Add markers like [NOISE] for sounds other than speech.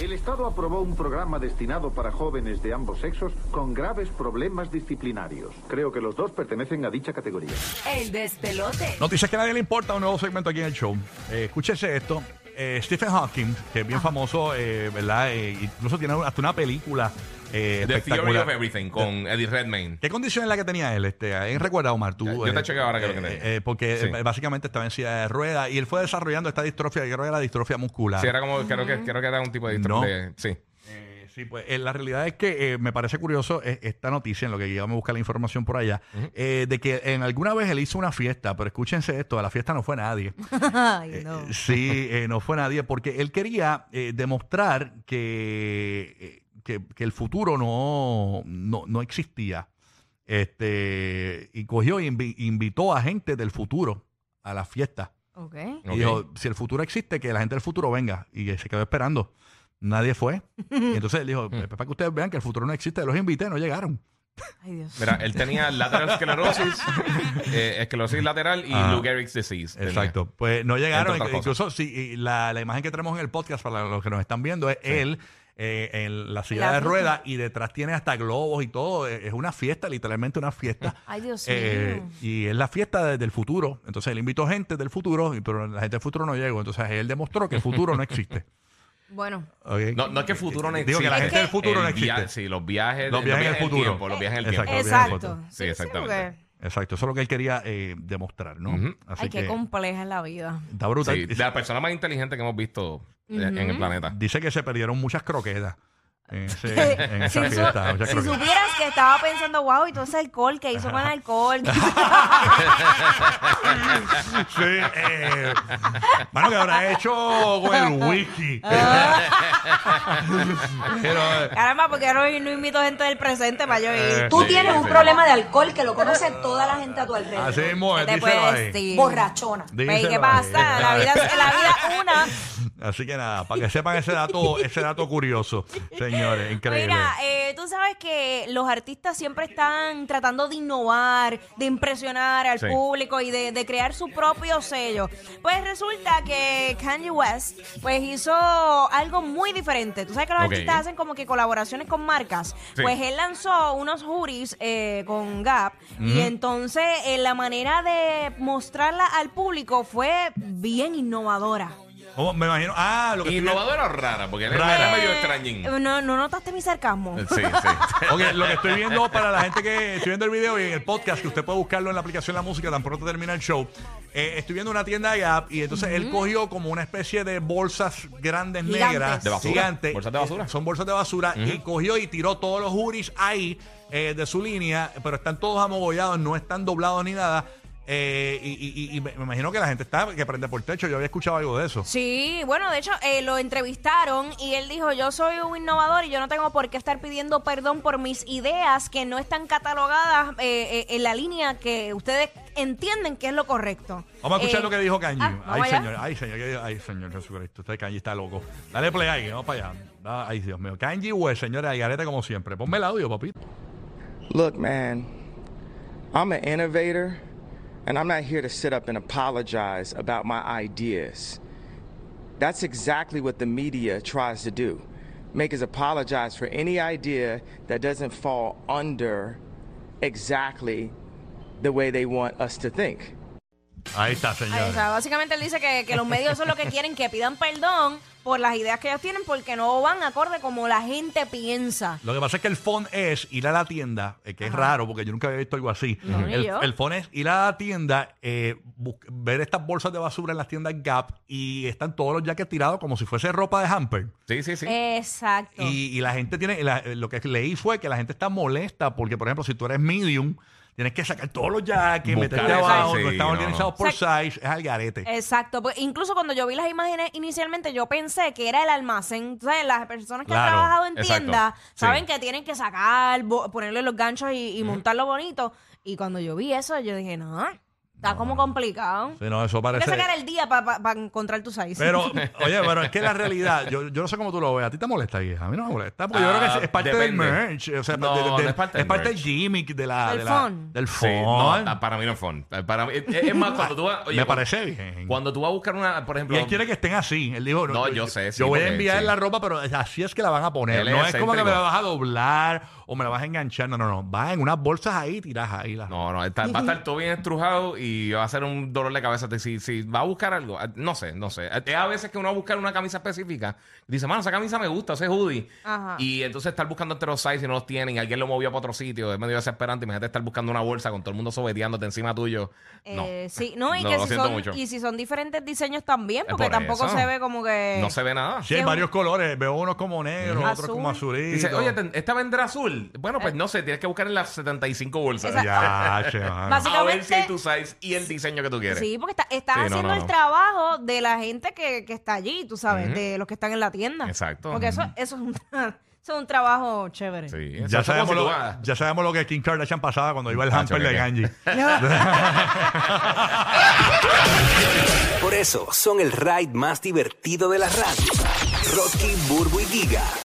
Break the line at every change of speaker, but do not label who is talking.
El Estado aprobó un programa destinado para jóvenes de ambos sexos con graves problemas disciplinarios. Creo que los dos pertenecen a dicha categoría.
El despelote.
Noticias que a nadie le importa, un nuevo segmento aquí en el show. Eh, escúchese esto. Eh, Stephen Hawking, que es bien famoso, eh, ¿verdad? Eh, incluso tiene hasta una película eh,
The Theory
espectacular.
of Everything con Eddie Redmayne.
¿Qué condición es la que tenía él? Este, ¿Alguien recuerda, Omar? Tú,
Yo te chequeo ahora que lo que
eh,
tenía.
eh, Porque
Sí.
eh, básicamente estaba en silla de ruedas y él fue desarrollando esta distrofia, creo que era la distrofia muscular.
Sí, era como, creo que, creo que era un tipo de
No.
de- Sí.
Eh, Sí, pues eh, la realidad es que eh, me parece curioso eh, esta noticia, en lo que íbamos a buscar la información por allá, eh, de que en alguna vez él hizo una fiesta, pero escúchense esto, a la fiesta no fue nadie.
Ay,
Eh,
no.
sí, eh, no fue nadie, porque él quería eh, demostrar que, eh, que, que el futuro no, no, no existía. Este, y cogió y invi- invitó a gente del futuro a la fiesta.
Ok.
Ok.
Y dijo, si el futuro existe, que la gente del futuro venga. Y se quedó esperando. Nadie fue. Y entonces él dijo, "Pues, para que ustedes vean que el futuro no existe, los invité, no llegaron.
Ay, Dios.
Mira, él tenía lateral esclerosis, [LAUGHS] eh, esclerosis lateral y
Ah.
Lou Gehrig's disease. tenía.
Exacto. Pues no llegaron.
Entre otras
Incluso si la, la imagen que tenemos en el podcast para los que nos están viendo es él eh, en la silla
La
de
fruta.
ruedas y detrás tiene hasta globos y todo. Eh, Es es una fiesta, literalmente una fiesta.
[LAUGHS] Ay, Dios
Eh,
mío.
y es la fiesta de- del futuro. Entonces él invitó gente del futuro, y- pero la gente del futuro no llegó. Entonces él demostró que el futuro no
[LAUGHS]
existe.
Bueno,
¿Ok?
No, no es que el futuro no existe.
Digo que la gente del futuro
El
no existe.
via- sí, los viajes,
Los viajes en el futuro.
tiempo, los viajes en el
Exacto,
tiempo.
bien,
exacto.
Jota.
Sí, exactamente.
porque-
Exacto, eso es lo que él quería eh, demostrar, ¿no?
Ujú.
Así
Ay,
que
qué compleja es la vida.
está brutal.
Sí, de la persona más inteligente que hemos visto eh, en el planeta.
Dice que se perdieron muchas croquetas en,
[LAUGHS]
ese- en esa
si, su-
fiesta. muchas
si
croquetas.
supieras que estaba pensando, wow, y todo ese alcohol que hizo con el
[LAUGHS]
alcohol. [LAUGHS]
Sí, eh, mano, que habrá hecho con el whisky. Pero, eh,
Caramba, porque no, no invito gente del presente para yo ir.
Tú
Sí,
tienes un
sí.
problema de alcohol que lo conoce toda la gente a tu alrededor.
así mismo,
¿Qué
es,
te
díselo
puedo
ahí.
decir?
Borrachona.
Ve,
Díselo
¿Qué
ahí.
pasa? La vida, es- la vida es una.
Así que nada, para que sepan ese dato, ese dato curioso, señores, increíble.
Mira, eh, tú sabes que los artistas siempre están tratando de innovar, de impresionar al
Sí.
público y de, de crear su propio sello. Pues resulta que Kanye West pues hizo algo muy diferente. Tú sabes que los
Ok.
artistas hacen como que colaboraciones con marcas.
Sí.
Pues él lanzó unos juris con Gap y entonces eh, la manera de mostrarla al público fue bien innovadora.
¿Cómo? Me imagino. Ah, lo que estoy-
Innovadora o rara, porque él
Rara.
era medio
Eh,
extrañín.
No, no notaste mi sarcasmo.
Sí, sí.
Ok, lo que estoy viendo para la gente que estoy viendo el video y en el podcast, que usted puede buscarlo en la aplicación La Música, tan pronto termina el show. eh, estoy viendo una tienda de Gap y entonces él cogió como una especie de bolsas grandes
Gigantes.
negras,
De basura,
gigantes. eh,
bolsas de basura.
Son bolsas de basura y cogió y tiró todos los juris ahí eh, de su línea, pero están todos amogollados, no están doblados ni nada. eh, y, y- y- y me me imagino que la gente está que prende por el techo. Yo había escuchado algo de eso.
Sí, bueno, de hecho eh, lo entrevistaron y él dijo, yo soy un innovador y yo no tengo por qué estar pidiendo perdón por mis ideas que no están catalogadas eh, eh, en la línea que ustedes entienden que es lo correcto.
Vamos a escuchar
Eh,
lo que dijo Kanye.
ah,
ay,
¿vamos allá?
señor, ay, señor, que- ay, señor Jesucristo. Este Kanye está loco. Dale play ahí, vamos para allá. Da- Ay, Dios mío. Kanye West, señores, al garete como siempre. Ponme el audio, papito.
Look, man, I'm an innovator, and I'm not here to sit up and apologize about my ideas. That's exactly what the media tries to do make us apologize for any idea that doesn't fall under exactly the way they want us to think.
Ahí está,
Ay, o
señor.
sea, básicamente él dice que, que los medios son los que quieren que pidan perdón por las ideas que ellos tienen porque no van acorde como la gente piensa.
Lo que pasa es que el phone es ir a la tienda, eh, que es raro porque yo nunca había visto algo así.
No, ni
el,
yo.
el phone es ir a la tienda, eh, bus- ver estas bolsas de basura en las tiendas Gap y están todos los jackets tirados como si fuese ropa de hamper.
Sí, sí, sí.
Exacto.
Y, y la gente tiene, la- eh, lo que leí fue que la gente está molesta porque, por ejemplo, si tú eres medium, tienes que sacar todos los jackets,
Buscar
meterte
eso,
abajo,
sí,
no están
no,
organizados
no.
por
O
size, es al garete.
Exacto, pues incluso cuando yo vi las imágenes inicialmente yo pensé que era el almacén, o sea, las personas que han
Claro,
trabajado en
exacto,
tienda saben
sí.
que tienen que sacar, bo- ponerle los ganchos y, y montarlo bonito. Y cuando yo vi eso yo dije, no, Está como complicado.
Sí, no, eso
Hay que
parece.
sacar el día para encontrar tu size.
[LAUGHS]
[LAUGHS]
Pero, oye, pero es que la realidad, yo, yo no sé cómo tú lo ves, a ti te molesta, vieja, a mí no me molesta, porque yo
Ah,
creo que es, es parte del
depende.
merch, o sea,
No,
de- de-
no
de-
es parte
es
del
parte del
merch.
gimmick de la,
Del
de la-
fun.
del
Sí, no,
fun.
está- para mí no es fun. Para mí, es, es más, cuando tú vas.
[LAUGHS]
oye,
me
cuando-
parece bien.
Cuando tú vas a buscar una, por
y
ejemplo.
él quiere que estén así, él dijo,
No, yo sé, sí,
yo voy a
porque-
enviar
sí.
la ropa, pero así es que la van a poner,
Él es
no es como que me la
excéntrico.
vas a doblar o me la vas a enganchar, no, no, no, vas en unas bolsas ahí, tiras ahí la
No, no, está- va a estar todo bien estrujado y va a ser un dolor de cabeza. Te- Si, si va a buscar algo, ah, no sé, no sé. Es a veces que uno va a buscar una camisa específica y dice, mano, esa camisa me gusta, ese hoodie.
Ajá.
Y entonces estar buscando entre los size y no los tienen, y alguien lo movió para otro sitio, es medio desesperante. Imagínate estar buscando una bolsa con todo el mundo sobeteándote encima tuyo. No.
Eh, sí, no, y,
No,
que
lo
si
siento
son,
mucho.
y si son diferentes diseños también,
Es
porque
por
tampoco
eso.
se ve como que...
No se ve nada.
Sí, hay
es un-
varios colores, veo unos como negros, otros
Azul.
como azulitos.
Dice, oye, te- esta vendrá azul. Bueno,
Eh.
pues no sé, tienes que buscar en las 75 bolsas.
Exacto.
ya,
[LAUGHS]
che, mano.
A ver si
Básicamente-
hay tu size y el diseño que tú quieres.
Sí, porque está- estás
Sí, no,
haciendo
no,
el
no.
trabajo de la gente que, que está allí, tú sabes,
Ujú.
de los que están en la tienda.
Exacto.
Porque eso, eso, es, un, [LAUGHS] eso es un trabajo chévere.
Sí, eso
Ya
es como
sabemos,
si tú
lo,
vas-
ya sabemos lo que Kim Kardashian pasaba cuando iba el
Ah,
hamper de
choque.
Ganji.
[LAUGHS]
Por eso son el ride más divertido de la radio. Rocky, Burbu y Giga.